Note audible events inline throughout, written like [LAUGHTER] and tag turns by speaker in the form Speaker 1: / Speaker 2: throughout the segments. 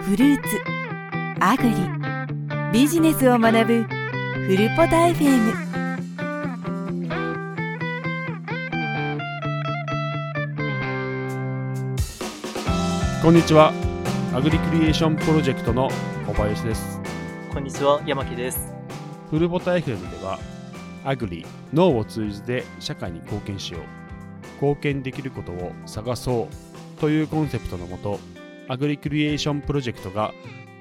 Speaker 1: フルーツアグリビジネスを学ぶフルポタ FM
Speaker 2: こんにちは。アグリクリエーションプロジェクトの小林です。
Speaker 3: こんにちは、山木です。
Speaker 2: フルボタ FM では、アグリ、脳を通じて社会に貢献しよう。貢献できることを探そうというコンセプトのもと、アグリクリエーションプロジェクトが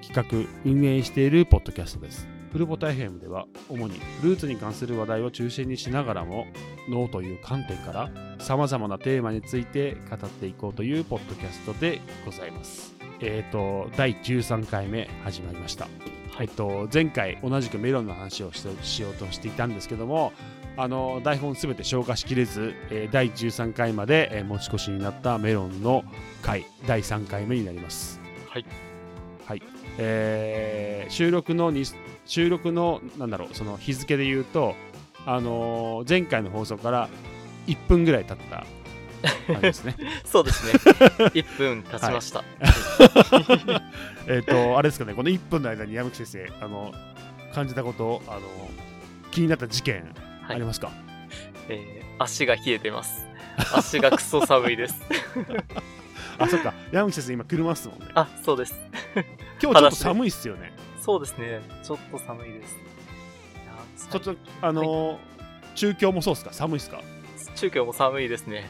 Speaker 2: 企画、運営しているポッドキャストです。フルボタ FM では、主にフルーツに関する話題を中心にしながらも、脳という観点から様々なテーマについて語っていこうというポッドキャストでございます。えっ、と、第13回目始まりました。えっと、前回同じくメロンの話をしてしようとしていたんですけども、あの、台本すべて消化しきれず、えー第13回まで、えー持ち越しになったメロンの回、第3回目になります。
Speaker 3: はい。
Speaker 2: はい。えー収録のに、収録の、なんだろう、その日付で言うと、あのー前回の放送から1分ぐらい経った感じですね。
Speaker 3: [LAUGHS] そうですね。1
Speaker 2: [LAUGHS]
Speaker 3: 分経ちました。
Speaker 2: [LAUGHS] えっと、あれですかね、この1分の間に山口先生、あの、感じたこと、あの、気になった事件、
Speaker 3: は
Speaker 2: あ
Speaker 3: い
Speaker 2: りますか
Speaker 3: えー足が冷えて
Speaker 2: [LAUGHS]
Speaker 3: ます。足がクソ寒いです。
Speaker 2: あ、
Speaker 3: [LAUGHS]
Speaker 2: そっか、山口先生、今、車っすもんね。
Speaker 3: あ、そうです。
Speaker 2: 今日ちょっ
Speaker 3: 裸
Speaker 2: と
Speaker 3: 足
Speaker 2: 寒いっすよね。
Speaker 3: そうですね。ちょっと寒いです。いや
Speaker 2: ちょっと、あの、中京もそうっすか、寒いっす
Speaker 3: [LAUGHS]
Speaker 2: か。
Speaker 3: 中京も寒いですね。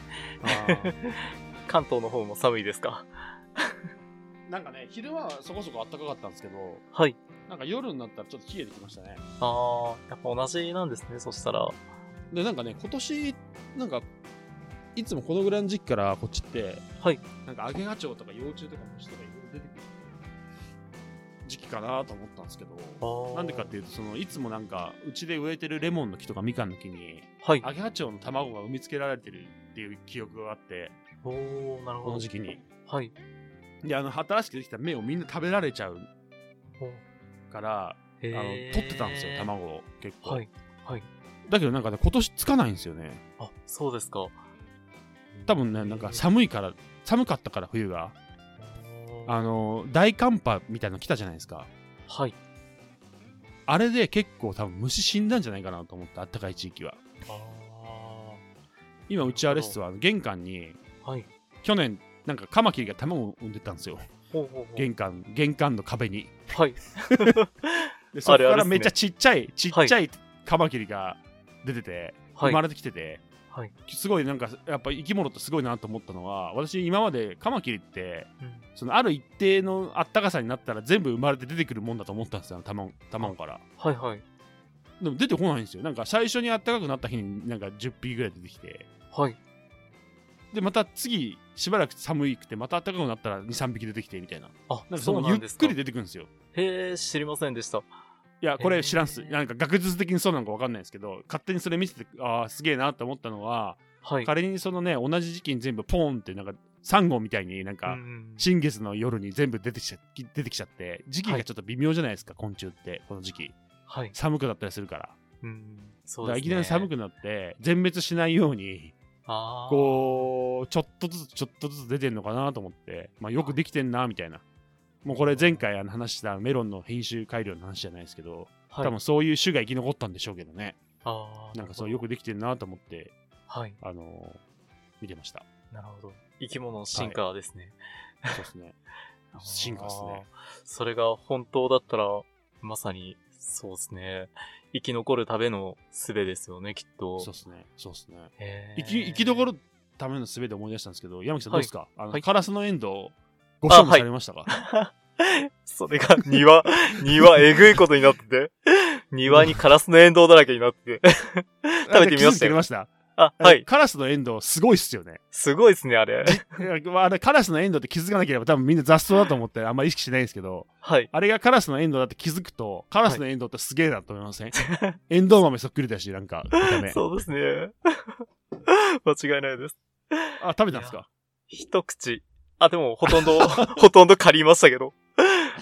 Speaker 3: 関東の方も寒いですか。
Speaker 2: なんかね、昼間はそこそこ暖かかったんですけど、
Speaker 3: はい。
Speaker 2: なんか夜になったらちょっと冷えてきましたね。
Speaker 3: あー、やっぱ同じなんですね。そしたら。
Speaker 2: で、なんかね、今年、なんか、いつもこのぐらいの時期からこっちって、
Speaker 3: はい。
Speaker 2: なんか、アゲハチョウとか幼虫とかの人がいろいろ出てくる時期かなと思ったんですけど、
Speaker 3: あー
Speaker 2: なんでかっていうと、そのいつもなんか、うちで植えてるレモンの木とかみかんの木に、
Speaker 3: はい。
Speaker 2: アゲハチョウの卵が産みつけられてるっていう記憶があって、
Speaker 3: おー、なる
Speaker 2: こ
Speaker 3: ほ
Speaker 2: の
Speaker 3: ど。
Speaker 2: 時期に。
Speaker 3: はい。
Speaker 2: で、あの、新しくできた芽をみんな食べられちゃうから、あの、取ってたんですよ、
Speaker 3: ま
Speaker 2: 卵を結構。
Speaker 3: はい。
Speaker 2: だけどなんかね、今年つかないんですよね。
Speaker 3: あ、そうですか。
Speaker 2: 多分ね、なんか寒いから、寒かったから冬が、
Speaker 3: おー
Speaker 2: あの、大寒波みたいなの来たじゃないですか。
Speaker 3: はい。
Speaker 2: あれで結構多分虫死んだんじゃないかなと思って、あったかい地域は。
Speaker 3: あ
Speaker 2: 今、うちあれっすわ、玄関に、
Speaker 3: ー。はい。
Speaker 2: 去年、なんかカマキリが卵を産んでたんですよ。
Speaker 3: ほうほうほう
Speaker 2: 玄関、玄関の壁に。
Speaker 3: はい。
Speaker 2: で、そこか
Speaker 3: あれ
Speaker 2: ら
Speaker 3: っすね
Speaker 2: めっちゃちっちゃい、ちっちゃいカマキリが出てて、
Speaker 3: は
Speaker 2: 生
Speaker 3: い
Speaker 2: ま。れてきてて、
Speaker 3: はい。
Speaker 2: すごいなんか、やっぱ生き物ってすごいなと思ったのは、私今までカマキリって、
Speaker 3: うん
Speaker 2: そのある一定のあったかさになったら全部生まれて出てくるもんだと思ったんですよ、卵卵から。
Speaker 3: はいはい。
Speaker 2: でも出てこないんですよ。なんか最初にあったかくなった日になんか10匹ぐらい出てきて、
Speaker 3: はい。
Speaker 2: で、また次、しばらく寒くて、またあったかくなったら2、3匹出てきてみたいな。
Speaker 3: あ、
Speaker 2: なんかそ
Speaker 3: そ
Speaker 2: うの
Speaker 3: な
Speaker 2: ゆっ
Speaker 3: んですか。
Speaker 2: くり出てくるんですよ。
Speaker 3: へえ、知りませんでした。
Speaker 2: いや、これ知らんっす。
Speaker 3: へー
Speaker 2: なんか学術的にそうなのかわかんないですけど、勝手にそれ見てて、ああ、すげえなって思ったのは、
Speaker 3: はい。
Speaker 2: 仮にそのね、同じ時期に全部ポーンって、なんか、サンゴみたいになん
Speaker 3: う
Speaker 2: か、
Speaker 3: ん
Speaker 2: 新月の夜に全部出てきちゃ出てきちゃって、時期がちょっと微妙じゃないですか、昆虫って、この時期。
Speaker 3: はい。
Speaker 2: 寒くなったりするから。
Speaker 3: うん。
Speaker 2: だ
Speaker 3: そう
Speaker 2: から
Speaker 3: ですね。
Speaker 2: いきなり寒くなって、全滅しないように、
Speaker 3: あー
Speaker 2: こう、ちょっとずつちょっとずつ出てんのかなと思って、まあ、よくできてんな、みたいな。もうこれ前回あの話したメロンの編集改良の話じゃないですけど、
Speaker 3: はい、
Speaker 2: 多分そういう種が生き残ったんでしょうけどね。
Speaker 3: あー
Speaker 2: なんかそうよ。くできてるなと思って、
Speaker 3: はい。
Speaker 2: あのー見てました。
Speaker 3: なるほど。生き物の進化ですね。
Speaker 2: そうです
Speaker 3: [LAUGHS]
Speaker 2: ね。進化ですね
Speaker 3: あー。それが本当だったら、まさに、そうですね。生き残るための術ですよね、きっと。
Speaker 2: そうですね。そうですね。
Speaker 3: へー
Speaker 2: 生き生き残るための術で思い出したんですけど、山木さんどうですか、あの
Speaker 3: はい
Speaker 2: カラスのエンドウご賞味
Speaker 3: あは
Speaker 2: さ
Speaker 3: い [LAUGHS]
Speaker 2: れましたか、
Speaker 3: それが庭、庭えぐいことになってて、庭にカラスのエンドウだらけになって
Speaker 2: [LAUGHS]
Speaker 3: て。食
Speaker 2: あ気づ
Speaker 3: べてみました
Speaker 2: いてくれ
Speaker 3: よ
Speaker 2: ました。
Speaker 3: あ、
Speaker 2: は。
Speaker 3: はいい。
Speaker 2: カラスのエンドウすごいっすよね。
Speaker 3: すごいですね、あれ。
Speaker 2: いやまああれカラスのエンドウって気づかなければ多分みんな雑草だと思ってあんまり意識しないんですけど、
Speaker 3: はい。
Speaker 2: あれがカラスのエンドウだって気づくと、カラスのエンドウってすげえなと思いません、
Speaker 3: [LAUGHS]
Speaker 2: エンドウ豆そっくりだし、なんか見た目。
Speaker 3: そうですね。 [LAUGHS] 間違いないです。
Speaker 2: あ、食べたんですか
Speaker 3: 一口。あ、でも、ほとんど、 [LAUGHS] ほとんど借りましたけど。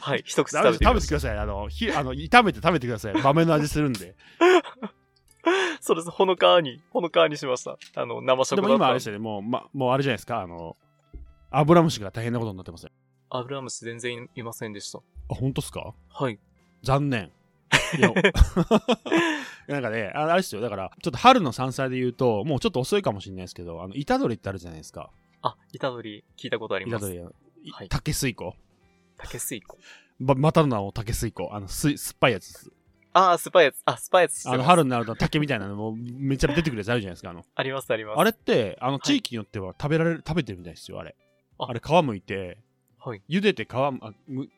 Speaker 3: はい、一
Speaker 2: 食
Speaker 3: 口食べ
Speaker 2: べ
Speaker 3: て
Speaker 2: て食
Speaker 3: みま
Speaker 2: べて
Speaker 3: し
Speaker 2: ください。あの、ひあの炒めて食べてください。豆の味す
Speaker 3: [LAUGHS]
Speaker 2: るんで。
Speaker 3: た。そうです。ほのかに、ほのかにしました。あの、生食
Speaker 2: で
Speaker 3: だ
Speaker 2: も
Speaker 3: った
Speaker 2: 今あれですよね、もう、ま、もうあれじゃないですか、あの、アブラムシが大変なことになってますよ。
Speaker 3: アブラムシ全然いませんでした。
Speaker 2: あ、本当っすか
Speaker 3: はい。
Speaker 2: 残念。いや [LAUGHS] なんかね、ああれですよ。だから、ちょっと春の山菜で言うと、もうちょっと遅いかもしれないですけど、あの、虎杖ってあるじゃないですか。
Speaker 3: あ、イタドリ聞いたことあり
Speaker 2: 虎
Speaker 3: ます。
Speaker 2: 杖、い
Speaker 3: はい
Speaker 2: 竹水湖。
Speaker 3: 竹水湖。
Speaker 2: ばまたの名を竹水湖。あの、す、酸っぱいやつです。
Speaker 3: あー、スパイやつ。あ、スパイやつしてます。
Speaker 2: あの、春になると竹みたいなのもめっちゃ出てくるやつあるじゃないですか。あの、
Speaker 3: あります、あります。
Speaker 2: あれって、あの、
Speaker 3: い
Speaker 2: 地域によっては食べられる、食べてるみたいですよ、あれ。
Speaker 3: あ
Speaker 2: あれ、皮むいて、
Speaker 3: はい。
Speaker 2: 茹でて皮む、あ、む、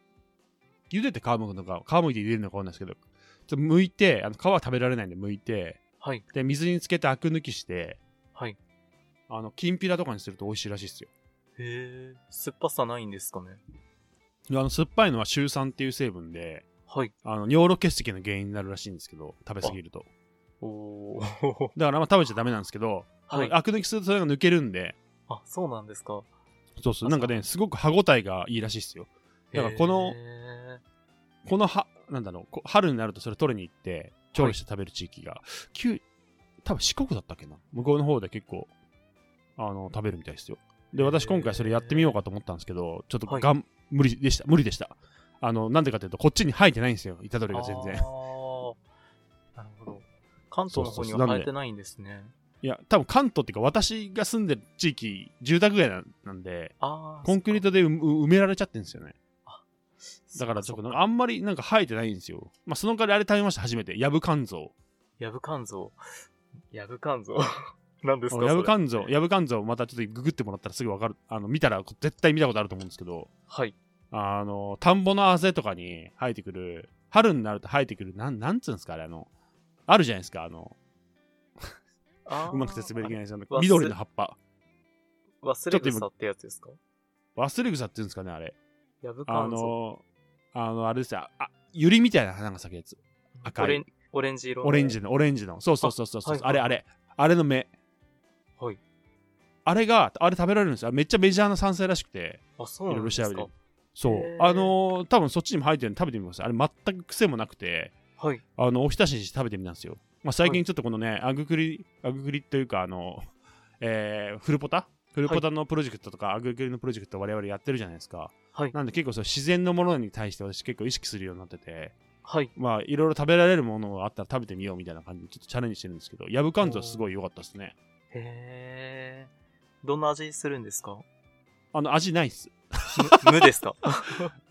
Speaker 2: 茹でて皮むくのか、皮むいて茹でるのかわかんないですけど、ちょっと剥いて、あの、皮は食べられないんで剥いて、
Speaker 3: はい。
Speaker 2: で、水につけてアク抜きして、
Speaker 3: はい。
Speaker 2: あの、きんぴらとかにすると美味しいらしいですよ。
Speaker 3: へえ。酸っぱさないんですかね。
Speaker 2: であの、酸っぱいのはシュウ酸っていう成分で、
Speaker 3: はい。
Speaker 2: あの、尿路結石の原因になるらしいんですけど、食べ過ぎると。
Speaker 3: おー。
Speaker 2: [LAUGHS] だから、まあ、食べちゃダメなんですけど、あの
Speaker 3: はい
Speaker 2: アク抜きするとそれが抜けるんで、
Speaker 3: あ、そうなんですか。
Speaker 2: そうそう、なんかね、すごく歯応えがいいらしいですよ。だからこの
Speaker 3: へ
Speaker 2: このは、なんだろうこ、春になるとそれ取りに行って、調理して食べる地域が、九多分四国だったっけな向こうの方で結構、あの、食べるみたいですよ。で、私今回それやってみようかと思ったんですけど、ちょっと
Speaker 3: はい
Speaker 2: がん、無理でした、無理でした。あの、なんでかというと、こっちに生えてないんですよ、イタド
Speaker 3: ー
Speaker 2: リが全
Speaker 3: あ
Speaker 2: 然。
Speaker 3: ーなるほど。関東の方に
Speaker 2: そうそうそ
Speaker 3: は
Speaker 2: う
Speaker 3: 生えてないんですね。
Speaker 2: いや、多分関東っていうか、私が住んでる地域、住宅街ななんで、
Speaker 3: ああ。
Speaker 2: コンクリートで埋埋められちゃってるんですよね。だからち
Speaker 3: そ
Speaker 2: ょっと
Speaker 3: っ
Speaker 2: なんかあんまりなんか生えてないんですよ。まあ、その代わりあれ食べました、初めて。ヤブカンゾウ。
Speaker 3: やぶ肝臓。やぶ肝 [LAUGHS] 臓。何ですか
Speaker 2: ヤブ
Speaker 3: それ
Speaker 2: カンゾウ、ヤブカンゾウ、またちょっとググってもらったらすぐわかる。あの、見たらこ絶対見たことあると思うんですけど、
Speaker 3: はい。
Speaker 2: あの、田んぼのあぜとかに生えてくる、春になると生えてくる、なん、なんつうんですか、あれ、あの、あるじゃないですか、あの、
Speaker 3: あー
Speaker 2: うまく説明できないですけ
Speaker 3: あ
Speaker 2: ど、
Speaker 3: れ
Speaker 2: 緑の葉っぱ。
Speaker 3: 忘れ草ってやつですか
Speaker 2: 忘れ草って言うんですかね、あれ。
Speaker 3: やぶ
Speaker 2: あ
Speaker 3: 肝臓。
Speaker 2: の、あの、あれですよ、あ、ユリみたいな花が咲くやつ。赤い
Speaker 3: オレンオレンジ色の。
Speaker 2: オレンジの、オレンジの。そうそうそうそうそう、
Speaker 3: あはい
Speaker 2: あれ、あれ、あれの芽。
Speaker 3: はい。
Speaker 2: あれが、あれ食べられるんですよ。めっちゃメジャーな山菜らしくて。
Speaker 3: あ、そうなんです
Speaker 2: いろいろ
Speaker 3: か
Speaker 2: 調。そう
Speaker 3: へ。ー
Speaker 2: あのー多分そっちにも入ってるんで食べてみます。あれ全く癖もなくて、
Speaker 3: はい。
Speaker 2: あの、おひたしにして食べてみたんですよ。まあ、最
Speaker 3: は
Speaker 2: 近ちょっとこのね、アグクリ、アグクリというか、あの、えーフルポタフルポタのプロジェクトとか、アグクリのプロジェクト我々やってるじゃないですか。
Speaker 3: はい。
Speaker 2: なんで結構そう自然のものに対して私結構意識するようになってて、
Speaker 3: はい。
Speaker 2: まあ、いろいろ食べられるものがあったら食べてみようみたいな感じでちょっとチャレンジしてるんですけど、ヤブカンゾウすごい良かったですね。
Speaker 3: へー。どんな味するんで
Speaker 2: [LAUGHS]
Speaker 3: すか
Speaker 2: あの、味ないっす。
Speaker 3: 無無ですか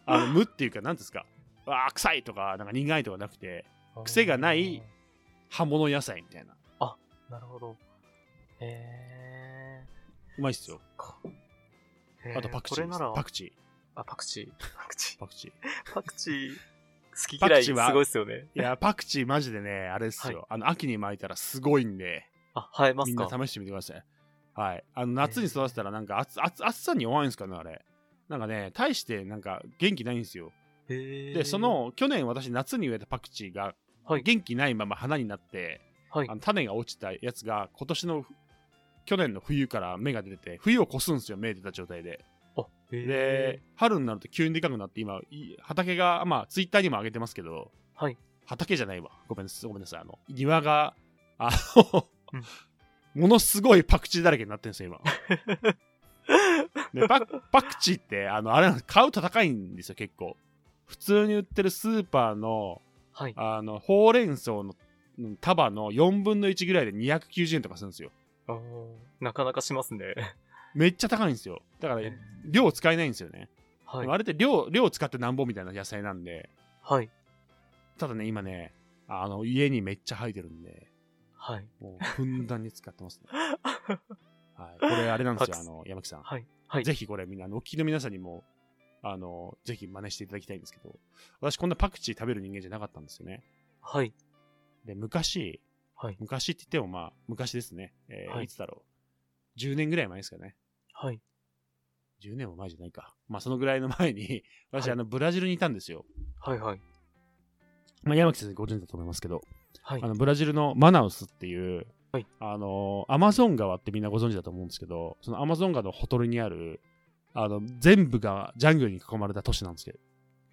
Speaker 2: あの、無っていうか、なんていうんですか、わー臭いとか、なんか苦いとかなくて、 [LAUGHS] 癖がない葉物野菜みたいな。
Speaker 3: あー。なるほど。へ
Speaker 2: うまいっすよ。
Speaker 3: ーか。へ
Speaker 2: あとパクチ
Speaker 3: こ
Speaker 2: ー
Speaker 3: れ
Speaker 2: で
Speaker 3: な
Speaker 2: す。
Speaker 3: ら、
Speaker 2: パクチ
Speaker 3: あ、パクチー。パクチ
Speaker 2: ー。パクチー。
Speaker 3: ー。パクチー。好き
Speaker 2: パ
Speaker 3: 嫌
Speaker 2: クチ
Speaker 3: いす
Speaker 2: ー
Speaker 3: ご
Speaker 2: はい
Speaker 3: ですよね。
Speaker 2: いや、パクチーマジでね、あれですよ。あの、秋に巻いたらすごいんで、
Speaker 3: あ、生えま
Speaker 2: み
Speaker 3: す
Speaker 2: んな
Speaker 3: か
Speaker 2: 試してみてください。はい。あの、夏に育てたらなんか暑、暑、暑さに弱いんですかね、あれ。なんかね、大してなんか元気ないんですよ。
Speaker 3: へー
Speaker 2: で、そ、の、去年私夏に植えたパクチーが、
Speaker 3: はい。
Speaker 2: 元気ないまま花になって、
Speaker 3: はい
Speaker 2: あ。の種が落ちたやつが、今年の、去年の冬から芽が出てて、冬を越すんですよ、芽出た状態で。
Speaker 3: あ、へー
Speaker 2: で、、春になると急にでかくなって、今、い畑が、まあ、ツイッターにも上げてますけど、
Speaker 3: はい
Speaker 2: 畑じゃないわ。ごめんなさい、ごめんなさい。あの、庭が、あの、ものすごいパクチーだらけになってるんですよ、今。でパクパクチーって、あの、あれなんです買うと高いんですよ、結構。普通に売ってるスーパーの、
Speaker 3: はい。
Speaker 2: あの、ほうれん草のうん束の4分の1ぐらいで290円とかするんですよ。
Speaker 3: あーなかなかしますね。
Speaker 2: めっちゃ高いんですよ。だから
Speaker 3: へー、
Speaker 2: 量使えないんですよね。
Speaker 3: は
Speaker 2: で
Speaker 3: い
Speaker 2: も。あれって量、量使ってなんぼみたいな野菜なんで、
Speaker 3: はい。
Speaker 2: ただね、今ね、あの、家にめっちゃ生えてるんで、
Speaker 3: はい。
Speaker 2: もう、ふんだんに使ってます
Speaker 3: [LAUGHS]
Speaker 2: ね。はい。これ、あれなんですよ、
Speaker 3: パ
Speaker 2: あ
Speaker 3: ク
Speaker 2: の、山木さん。
Speaker 3: はい。はい。
Speaker 2: ぜひこれ、みんな、あのお聞きの皆さんにも、あの、ぜひ真似していただきたいんですけど、私、こんなパクチー食べる人間じゃなかったんですよね。
Speaker 3: はい。
Speaker 2: で、昔、
Speaker 3: はい。
Speaker 2: 昔って言っても、まあ、昔ですね。えー
Speaker 3: はい
Speaker 2: い、つだろう。10年ぐらい前ですかね。
Speaker 3: はい。
Speaker 2: 10年も前じゃないか。まあ、そのぐらいの前に、 [LAUGHS] 私、
Speaker 3: はい
Speaker 2: あの、ブラジルにいたんですよ。
Speaker 3: はい。はい。
Speaker 2: まあ、山木先生ご存知だと思いますけど、
Speaker 3: はい
Speaker 2: あ。のブラジルのマナウスっていう、
Speaker 3: はい
Speaker 2: あのアマゾン川ってみんなご存知だと思うんですけどそのアマゾン川のほとりにあるあの全部がジャングルに囲まれた都市なんですけ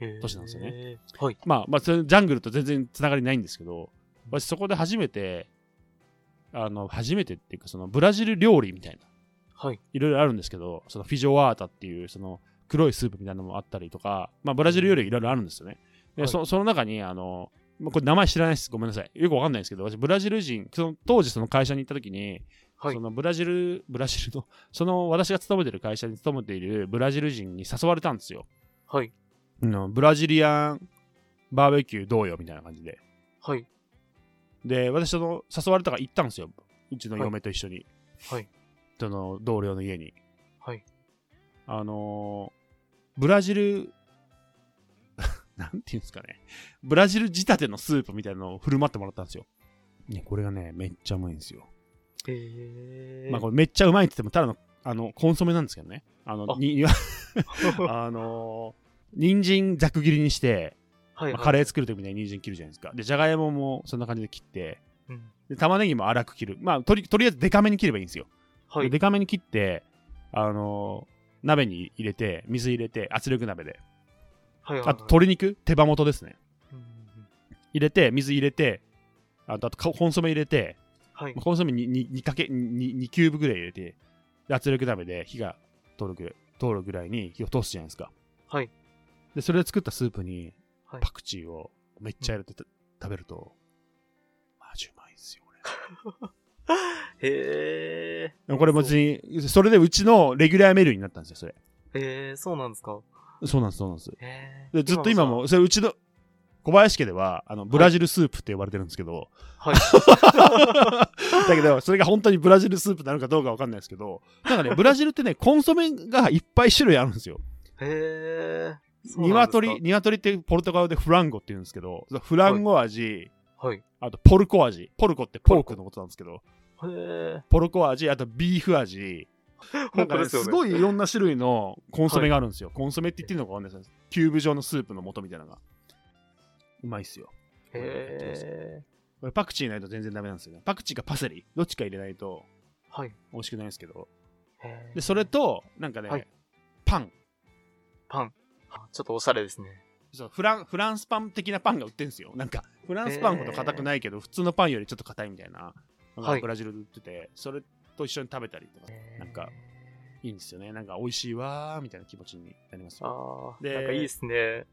Speaker 2: ど、
Speaker 3: 都
Speaker 2: 市なんですよ
Speaker 3: ね。はい。
Speaker 2: まあ、まあ、それジャングルと全然つながりないんですけど私そこで初めてあの初めてっていうかそのブラジル料理みたいな
Speaker 3: はい。
Speaker 2: いろいろあるんですけどそのフィジョワータっていうその黒いスープみたいなのもあったりとか、まあ、ブラジル料理いろいろあるんですよね。で、
Speaker 3: はい
Speaker 2: そその中に、あの、まあこれ名前知らないです。ごめんなさい。よくわかんないんですけど、私、ブラジル人、その当時その会社に行った時に、
Speaker 3: はい
Speaker 2: そのブラジル、ブラジルの、その私が勤めてる会社に勤めているブラジル人に誘われたんですよ。
Speaker 3: はい。
Speaker 2: うんブラジリアンバーベキューどうよみたいな感じで。
Speaker 3: はい。
Speaker 2: で、私、その、誘われたから行ったんですよ。うちの嫁と一緒に。
Speaker 3: はい。
Speaker 2: その、同僚の家に。
Speaker 3: はい。
Speaker 2: あのーブラジル、 [LAUGHS] なんていうんですかね。ブラジル仕立てのスープみたいなのを振る舞ってもらったんですよ。ね、これがね、めっちゃうまいんですよ。
Speaker 3: えー。
Speaker 2: まあ、これめっちゃうまいって言っても、ただの、あの、コンソメなんですけどね。あの、
Speaker 3: あ
Speaker 2: に、 [LAUGHS]
Speaker 3: [LAUGHS]
Speaker 2: あのー人参ざく切りにして、
Speaker 3: はい、
Speaker 2: まあ
Speaker 3: はい。
Speaker 2: カレー作るときみたいに人参切るじゃないですか。で、じゃがいももそんな感じで切って、
Speaker 3: うん。
Speaker 2: で玉ねぎも粗く切る。まあ、とりとりあえずデカめに切ればいいんですよ。
Speaker 3: はい。
Speaker 2: デカめに切って、あのー鍋に入れて、水入れて、圧力鍋で。
Speaker 3: はい、はい。
Speaker 2: あと、鶏肉手羽元ですね。
Speaker 3: うんうんうん
Speaker 2: 入れて、水入れて、あと、あとかコンソメ入れて、
Speaker 3: はい
Speaker 2: まあ。コンソメ 2, 2, かけ 2, 2キューブぐらい入れて、で圧力鍋で火が通るぐらい通るぐらいに火を通すじゃないですか。
Speaker 3: はい。
Speaker 2: で、それで作ったスープに、
Speaker 3: はい
Speaker 2: パクチーをめっちゃ入れてた、食べると、マジうまいんですよ、これ。
Speaker 3: へえ。
Speaker 2: でもこれ別に、それでうちのレギュラーメニューになったんですよ、それ。
Speaker 3: えー、そうなんですか。
Speaker 2: そうなんです、そうなんです。
Speaker 3: へー
Speaker 2: でずっと今。も、それうちの、小林家では、あの、ブラジルスープって呼ばれてるんですけど、
Speaker 3: はい。
Speaker 2: [LAUGHS] だけど、それが本当にブラジルスープなのかどうかわかんないですけど、なんかね、ブラジルってね、コンソメがいっぱい種類あるんですよ。
Speaker 3: へえ。そうなんですか
Speaker 2: 鶏、。鶏ってポルトガルでフランゴって言うんですけど、フランゴ味、
Speaker 3: はい。へ
Speaker 2: あとポルコ味、ポルコってポークのことなんですけど、
Speaker 3: え。
Speaker 2: ポルコ味、あとビーフ味、な
Speaker 3: [LAUGHS] 本
Speaker 2: んか
Speaker 3: 当
Speaker 2: ね、
Speaker 3: ですよ
Speaker 2: す
Speaker 3: ね。
Speaker 2: ごいいろんな種類のコンソメがあるんですよ。コンソメって言ってるのかわかんないですけどキューブ状のスープの素みたいなのが。うまいっすよ。
Speaker 3: へえ。
Speaker 2: これパクチーないと全然ダメなんですよね。パクチーかパセリ、どっちか入れないと
Speaker 3: はい。
Speaker 2: 美味しくないんですけど。
Speaker 3: へー
Speaker 2: で、それと、なんかね、
Speaker 3: はい
Speaker 2: パン。
Speaker 3: パン。あちょっとおしゃれですね。
Speaker 2: そうフラン、フランスパン的なパンが売ってんすよ。なんか、フランスパンほど硬くないけど、普通のパンよりちょっと硬いみたいなのが
Speaker 3: はい
Speaker 2: ブラジルで売ってて、それと一緒に食べたりとか、なんか、いいんですよね。なんか、美味しいわーみたいな気持ちになりますよ。
Speaker 3: ああ、
Speaker 2: で
Speaker 3: なんかいいですね。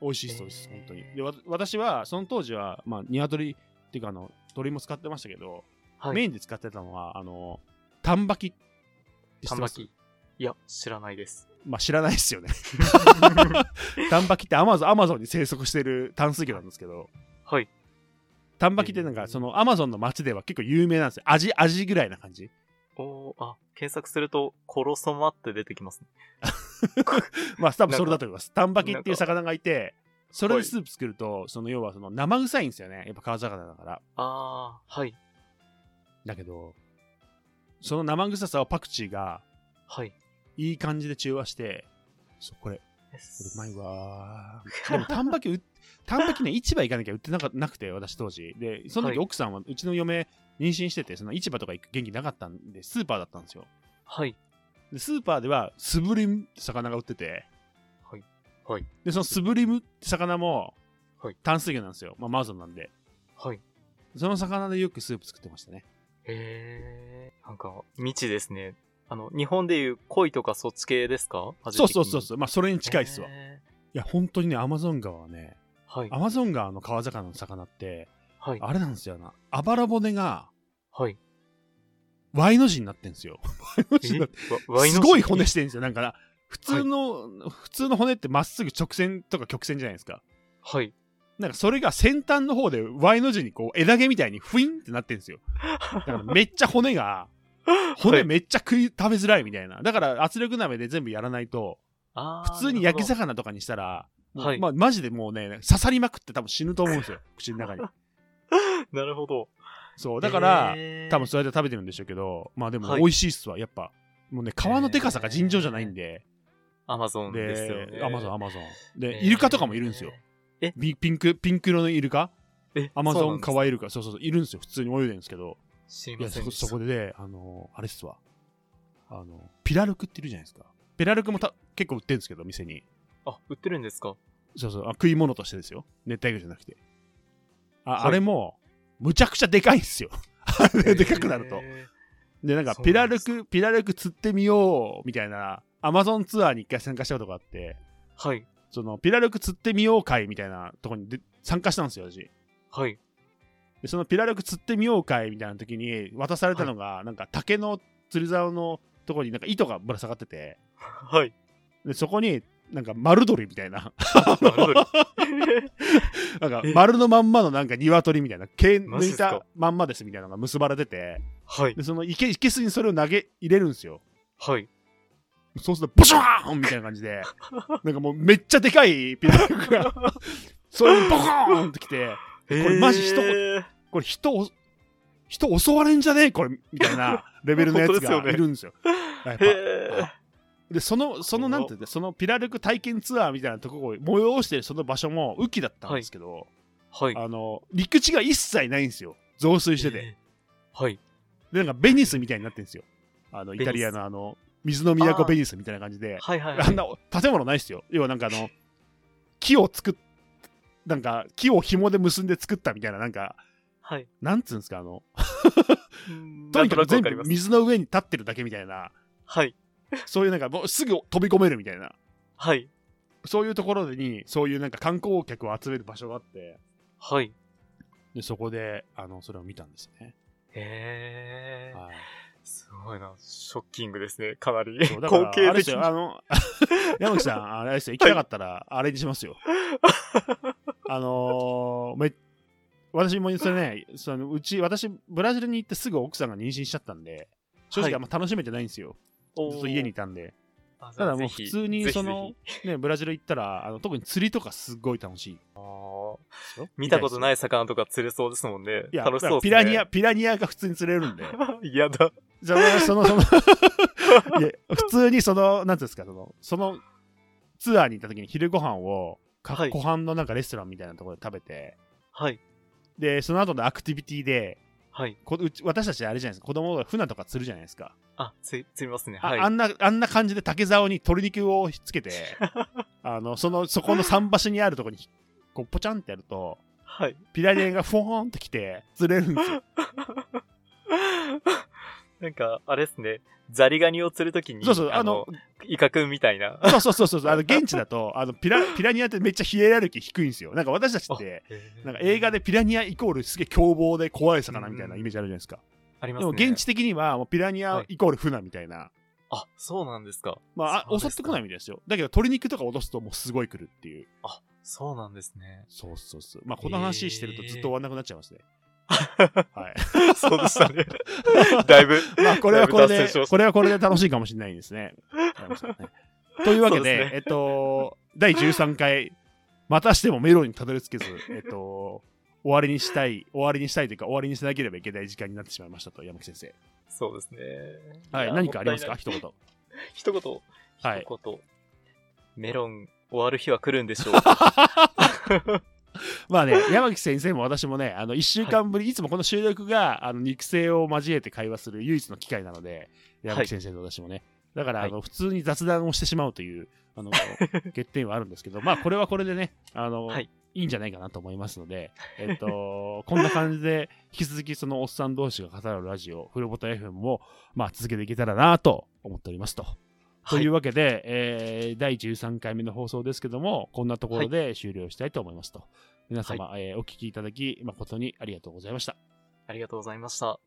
Speaker 2: 美味しいです、美味しいです、
Speaker 3: へー
Speaker 2: 本当に。で、わ私は、その当時は、まあ、鶏っていうか、あの、鶏も使ってましたけど、
Speaker 3: は
Speaker 2: メイ
Speaker 3: い。
Speaker 2: ンで使ってたのは、あの、丹ばきって知って
Speaker 3: 丹
Speaker 2: ま
Speaker 3: 波
Speaker 2: す
Speaker 3: 木。いや、知らな
Speaker 2: [LAUGHS]
Speaker 3: いです。
Speaker 2: まあ、知らないですよね。 [LAUGHS] 丹ばきってアマゾン、アマゾンに生息してる淡水魚なんですけど、
Speaker 3: はい。
Speaker 2: 丹波木ってなんか、そのアマゾンの街では結構有名なんですよ。味、味ぐらいな感じ。
Speaker 3: おーあ、検索すると、コロソマって出てきますね。
Speaker 2: まあ、多分それだと思います。丹波木っていう
Speaker 3: なんか
Speaker 2: 魚がいて、それでスープ作ると、その要はその生臭いんですよね。やっぱ川魚だから。
Speaker 3: ああ、はい。
Speaker 2: だけど、その生臭さをパクチーが
Speaker 3: はい。
Speaker 2: いい感じで中和して、そうこれ、こ
Speaker 3: え
Speaker 2: れうまいわー。 [LAUGHS] でも丹波木う、丹波木ね、市場行かなきゃ売ってなかなくて、私当時。で、その時
Speaker 3: はい
Speaker 2: 奥さんは、うちの嫁、妊娠してて、その市場とか行く元気なかったんで、スーパーだったんですよ。
Speaker 3: [LAUGHS] はい。
Speaker 2: でスーパーではスブリムって魚が売ってて
Speaker 3: はい。
Speaker 2: でそのスブリムって魚も
Speaker 3: はい
Speaker 2: 淡水魚なんですよ、まあ、マーゾンなんで
Speaker 3: はい。
Speaker 2: その魚でよくスープ作ってましたね
Speaker 3: へえ。なんか、未知ですね。あの、日本でいう恋とかそっち系ですか
Speaker 2: そうそうそう
Speaker 3: う。
Speaker 2: そうまあそれに近いっすわ、い
Speaker 3: へ
Speaker 2: や本当にねアマゾン川はね
Speaker 3: ーはい
Speaker 2: ア。マゾン川の川魚の魚って
Speaker 3: はい。
Speaker 2: あれなんですよなあばら骨が
Speaker 3: はい。
Speaker 2: Y の字になってんですよ [LAUGHS] Y の字になって
Speaker 3: えわワイ
Speaker 2: す
Speaker 3: の字
Speaker 2: ごい骨してるんですよなんかな普通の、普通の骨ってまっすぐ直線とか曲線じゃないですか
Speaker 3: はい。
Speaker 2: なんかそれが先端の方で Y の字にこう枝毛みたいにフインってなってるんですよ。だからめっちゃ骨が、
Speaker 3: [LAUGHS] は
Speaker 2: 骨
Speaker 3: い
Speaker 2: めっちゃ食い、食べづらいみたいな。だから圧力鍋で全部やらないと、
Speaker 3: あー
Speaker 2: 普通に焼き魚とかにしたら、もう
Speaker 3: はい
Speaker 2: まあマジでもうね、刺さりまくって多分死ぬと思うんです
Speaker 3: [LAUGHS]
Speaker 2: よ。口の中に。
Speaker 3: なるほど。
Speaker 2: そう。だから、
Speaker 3: へー
Speaker 2: 多分そうやって食べてるんでしょうけど、まあでも
Speaker 3: はい
Speaker 2: 美味しいっすわ、やっぱ。もうね、皮のデカさが尋常じゃないんで、
Speaker 3: アマゾンですよね。
Speaker 2: で、アマゾン、アマゾン。で、
Speaker 3: へー
Speaker 2: イルカとかもいるんですよ。。ピピンク、ピンク色のイルカ
Speaker 3: え、
Speaker 2: アマゾン
Speaker 3: か
Speaker 2: カ
Speaker 3: わ
Speaker 2: ワ
Speaker 3: い
Speaker 2: イルカ、そうそうそう、いるんですよ。普通に泳いでるんですけど。
Speaker 3: 知り
Speaker 2: い
Speaker 3: ま
Speaker 2: や、
Speaker 3: せ
Speaker 2: そ
Speaker 3: んで
Speaker 2: こ
Speaker 3: した
Speaker 2: そこでね、あのーあれっすわ。あの、ピラルクっているじゃないですか。ピラルクもた結構売ってるんですけど、店に。
Speaker 3: あ、売ってるんですか
Speaker 2: そうそうあ、食い物としてですよ。熱帯魚じゃなくて。あ、
Speaker 3: はい
Speaker 2: あれも、むちゃくちゃでかいんですよ。あ [LAUGHS] [LAUGHS] れでかくなると
Speaker 3: へ。ー
Speaker 2: で、なんか、
Speaker 3: そう
Speaker 2: ピ
Speaker 3: な
Speaker 2: ラ
Speaker 3: んで
Speaker 2: ル
Speaker 3: すか
Speaker 2: ク、ピラルク釣ってみよう、みたいなアマゾンツアーに一回参加したことがあって、
Speaker 3: はい。
Speaker 2: その、ピラルク釣ってみよう会みたいなとこにで参加したんですよ、私。
Speaker 3: はい。
Speaker 2: で、そのピラルク釣ってみよう会みたいな時に渡されたのが、なんか竹の釣り竿のとこになんか糸がぶら下がってて、
Speaker 3: はい。
Speaker 2: で、そこに、なんか丸鳥みたいな、 [LAUGHS]
Speaker 3: なるほど。 [LAUGHS]
Speaker 2: なんか
Speaker 3: え
Speaker 2: 丸のまんまのなんか鶏みたいな、毛
Speaker 3: マジっ
Speaker 2: 抜い
Speaker 3: すか
Speaker 2: たまんまですみたいなのが結ばれてて、
Speaker 3: はい。
Speaker 2: で、そのいけ、いけすにそれを投げ入れるんですよ。
Speaker 3: はい。
Speaker 2: そうすると、ボシャーンみたいな感じ
Speaker 3: [LAUGHS]
Speaker 2: で、なんかもうめっちゃでかいピラルクが、それにボコーンってきて、
Speaker 3: えー
Speaker 2: これマジ一言。これ人を、人襲われんじゃねえこれ、みたい
Speaker 3: [LAUGHS]
Speaker 2: なレベルのやつ
Speaker 3: 本当ですよ
Speaker 2: が
Speaker 3: ね
Speaker 2: いるんですよ。やっぱ
Speaker 3: へー
Speaker 2: で、その、その、
Speaker 3: お
Speaker 2: なんていうんだそのピラルク体験ツアーみたいなとこを催してるその場所も雨季だったんですけど、
Speaker 3: はい。
Speaker 2: あの、陸地が一切ないんですよ。増水してて。
Speaker 3: えー。はい。
Speaker 2: で、なんかベニスみたいになってるんですよ。あの、イ
Speaker 3: ベニス
Speaker 2: タリアのあの、水の都
Speaker 3: あー
Speaker 2: ベニスみたいな感じで、
Speaker 3: はいはい
Speaker 2: [LAUGHS]
Speaker 3: は
Speaker 2: あん
Speaker 3: い。
Speaker 2: な建物ないっすよ。要はなんかあの、木を作っ、なんか木を紐で結んで作ったみたいな、なんか、
Speaker 3: はい。
Speaker 2: なんつうんですか、あの、と
Speaker 3: と
Speaker 2: にかく全
Speaker 3: わかり
Speaker 2: 部
Speaker 3: ます。
Speaker 2: 水の上に立ってるだけみたいな、
Speaker 3: はい。
Speaker 2: そういうなんかもうすぐ飛び込めるみたいな、
Speaker 3: はい。
Speaker 2: そういうところに、そういうなんか観光客を集める場所があって、
Speaker 3: はい。
Speaker 2: で、そこで、あの、それを見たんですね。
Speaker 3: へえ。
Speaker 2: はい。
Speaker 3: すごいな。ショッキングですね。かなり。
Speaker 2: そうだから、
Speaker 3: [LAUGHS] 光
Speaker 2: あれ
Speaker 3: 景
Speaker 2: で
Speaker 3: 的
Speaker 2: す
Speaker 3: に
Speaker 2: よ、あの、 [LAUGHS] 山口さん、あれですよ、行きたかったら、あれにしますよ。あのー、め私もそれね、そのうち、私、ブラジルに行ってすぐ奥さんが妊娠しちゃったんで、正直あんま楽しめてないんですよ。
Speaker 3: おー
Speaker 2: ずっと家にいたんで。
Speaker 3: あじ
Speaker 2: た
Speaker 3: ゃ
Speaker 2: だ
Speaker 3: あ
Speaker 2: もう
Speaker 3: ぜ
Speaker 2: 普
Speaker 3: ひ
Speaker 2: 通に
Speaker 3: ぜひ
Speaker 2: そ
Speaker 3: ぜ
Speaker 2: の
Speaker 3: ひ、
Speaker 2: ね、ブラジル行ったら、あの特に釣りとかすごい楽しいで
Speaker 3: あー
Speaker 2: すよ。
Speaker 3: 見たこと
Speaker 2: い
Speaker 3: ない魚とか釣れそうですもんね。
Speaker 2: いや、
Speaker 3: 楽しそうですね。
Speaker 2: ピラ
Speaker 3: [LAUGHS]
Speaker 2: ニア、。ピラニアが普通に釣れるんで。
Speaker 3: 嫌だ。
Speaker 2: じゃあ、その、 [LAUGHS] そのいや、普通にその、なんていうんですか、その、そのツアーに行った時に昼ご飯を、か
Speaker 3: はい
Speaker 2: 湖畔のなんかレストランみたいなところで食べて、
Speaker 3: はい。
Speaker 2: で、その後のアクティビティで、
Speaker 3: はい。
Speaker 2: こうち私たちあれじゃないですか、子供が船とか釣るじゃないですか。
Speaker 3: あ、つい、釣りますね。
Speaker 2: あ
Speaker 3: はい。
Speaker 2: あんな、あんな感じで竹竿に鶏肉をひっつ
Speaker 3: [LAUGHS]
Speaker 2: けて、あの、その、そこの桟橋にあるところに、こう、ポチャンってやると、
Speaker 3: はい。 [LAUGHS]
Speaker 2: ピラニアがフォーンってきて、釣れるんですよ。
Speaker 3: なんか、あれですね。ザリガニを釣るときに、
Speaker 2: そうそう、あの、、
Speaker 3: イカくんみたいな。
Speaker 2: [LAUGHS] そうそうそうそう、あの、現地だと、あの、ピラ、ピラニアってめっちゃヒエラルキー低いんですよ。なんか私たちって、なんか映画
Speaker 3: で。
Speaker 2: でピラニアイコールすげえ凶暴で怖い魚みたいなイメージあるじゃないですか。
Speaker 3: ありま
Speaker 2: ですも
Speaker 3: ね。
Speaker 2: 現地的にはもうピラニ
Speaker 3: は
Speaker 2: ア
Speaker 3: い
Speaker 2: イコール船みたいな。
Speaker 3: あ、そうなんですか。
Speaker 2: まあ
Speaker 3: そ
Speaker 2: あ、
Speaker 3: うで
Speaker 2: 襲っ
Speaker 3: すか
Speaker 2: てこないみたいですよ。だけど鶏肉とか落とすともうすごい来るっていう。。
Speaker 3: あ、そうなんですね
Speaker 2: そうそうそう。まあこの話してるとずっと終わんなくなっちゃいますね。はい。
Speaker 3: そうでし
Speaker 2: [LAUGHS]
Speaker 3: たね。だいぶ。
Speaker 2: まあ
Speaker 3: [LAUGHS]
Speaker 2: これはこれ
Speaker 3: だい
Speaker 2: で
Speaker 3: ぶ達成しま、し
Speaker 2: これはこれで楽しいかもしれないです
Speaker 3: [LAUGHS]
Speaker 2: ね。わかりましたねというわけで、
Speaker 3: そうですね
Speaker 2: えっと、第13回、またしてもメロンにたどり着けず、えっと、終わりにしたい、終わりにしたいというか、終わりにしなければいけない時間になってしまいましたと、山木先生。
Speaker 3: そうですね。
Speaker 2: はい、
Speaker 3: や
Speaker 2: 何かあります
Speaker 3: も
Speaker 2: か
Speaker 3: ったい
Speaker 2: 一言。
Speaker 3: ない一言。一
Speaker 2: はい
Speaker 3: 言。メロン終わる日は来るんでしょう。
Speaker 2: まあね、山木先生も私もね、あの、1週間ぶり、い、つもこの収録が、あの、肉声を交えて会話する唯一の機会なので、山木先生と私もね。だから、
Speaker 3: はい
Speaker 2: あの、普通に雑談をしてしまうという、あ
Speaker 3: [LAUGHS]
Speaker 2: の、欠点はあるんですけど、まあ、これはこれでね、あの、
Speaker 3: はい
Speaker 2: い、いんじゃないかなと思いますので、えっと、こんな感じで、引き続きそのおっさん同士が語るラジオ、フルボタ FM も、まあ、続けていけたらなと思っておりますと。 [LAUGHS] というわけで、えー第13回目の放送ですけども、こんなところで終了したいと思いますと。皆様、えーお聞きいただき、誠にありがとうございました。
Speaker 3: ありがとうございました。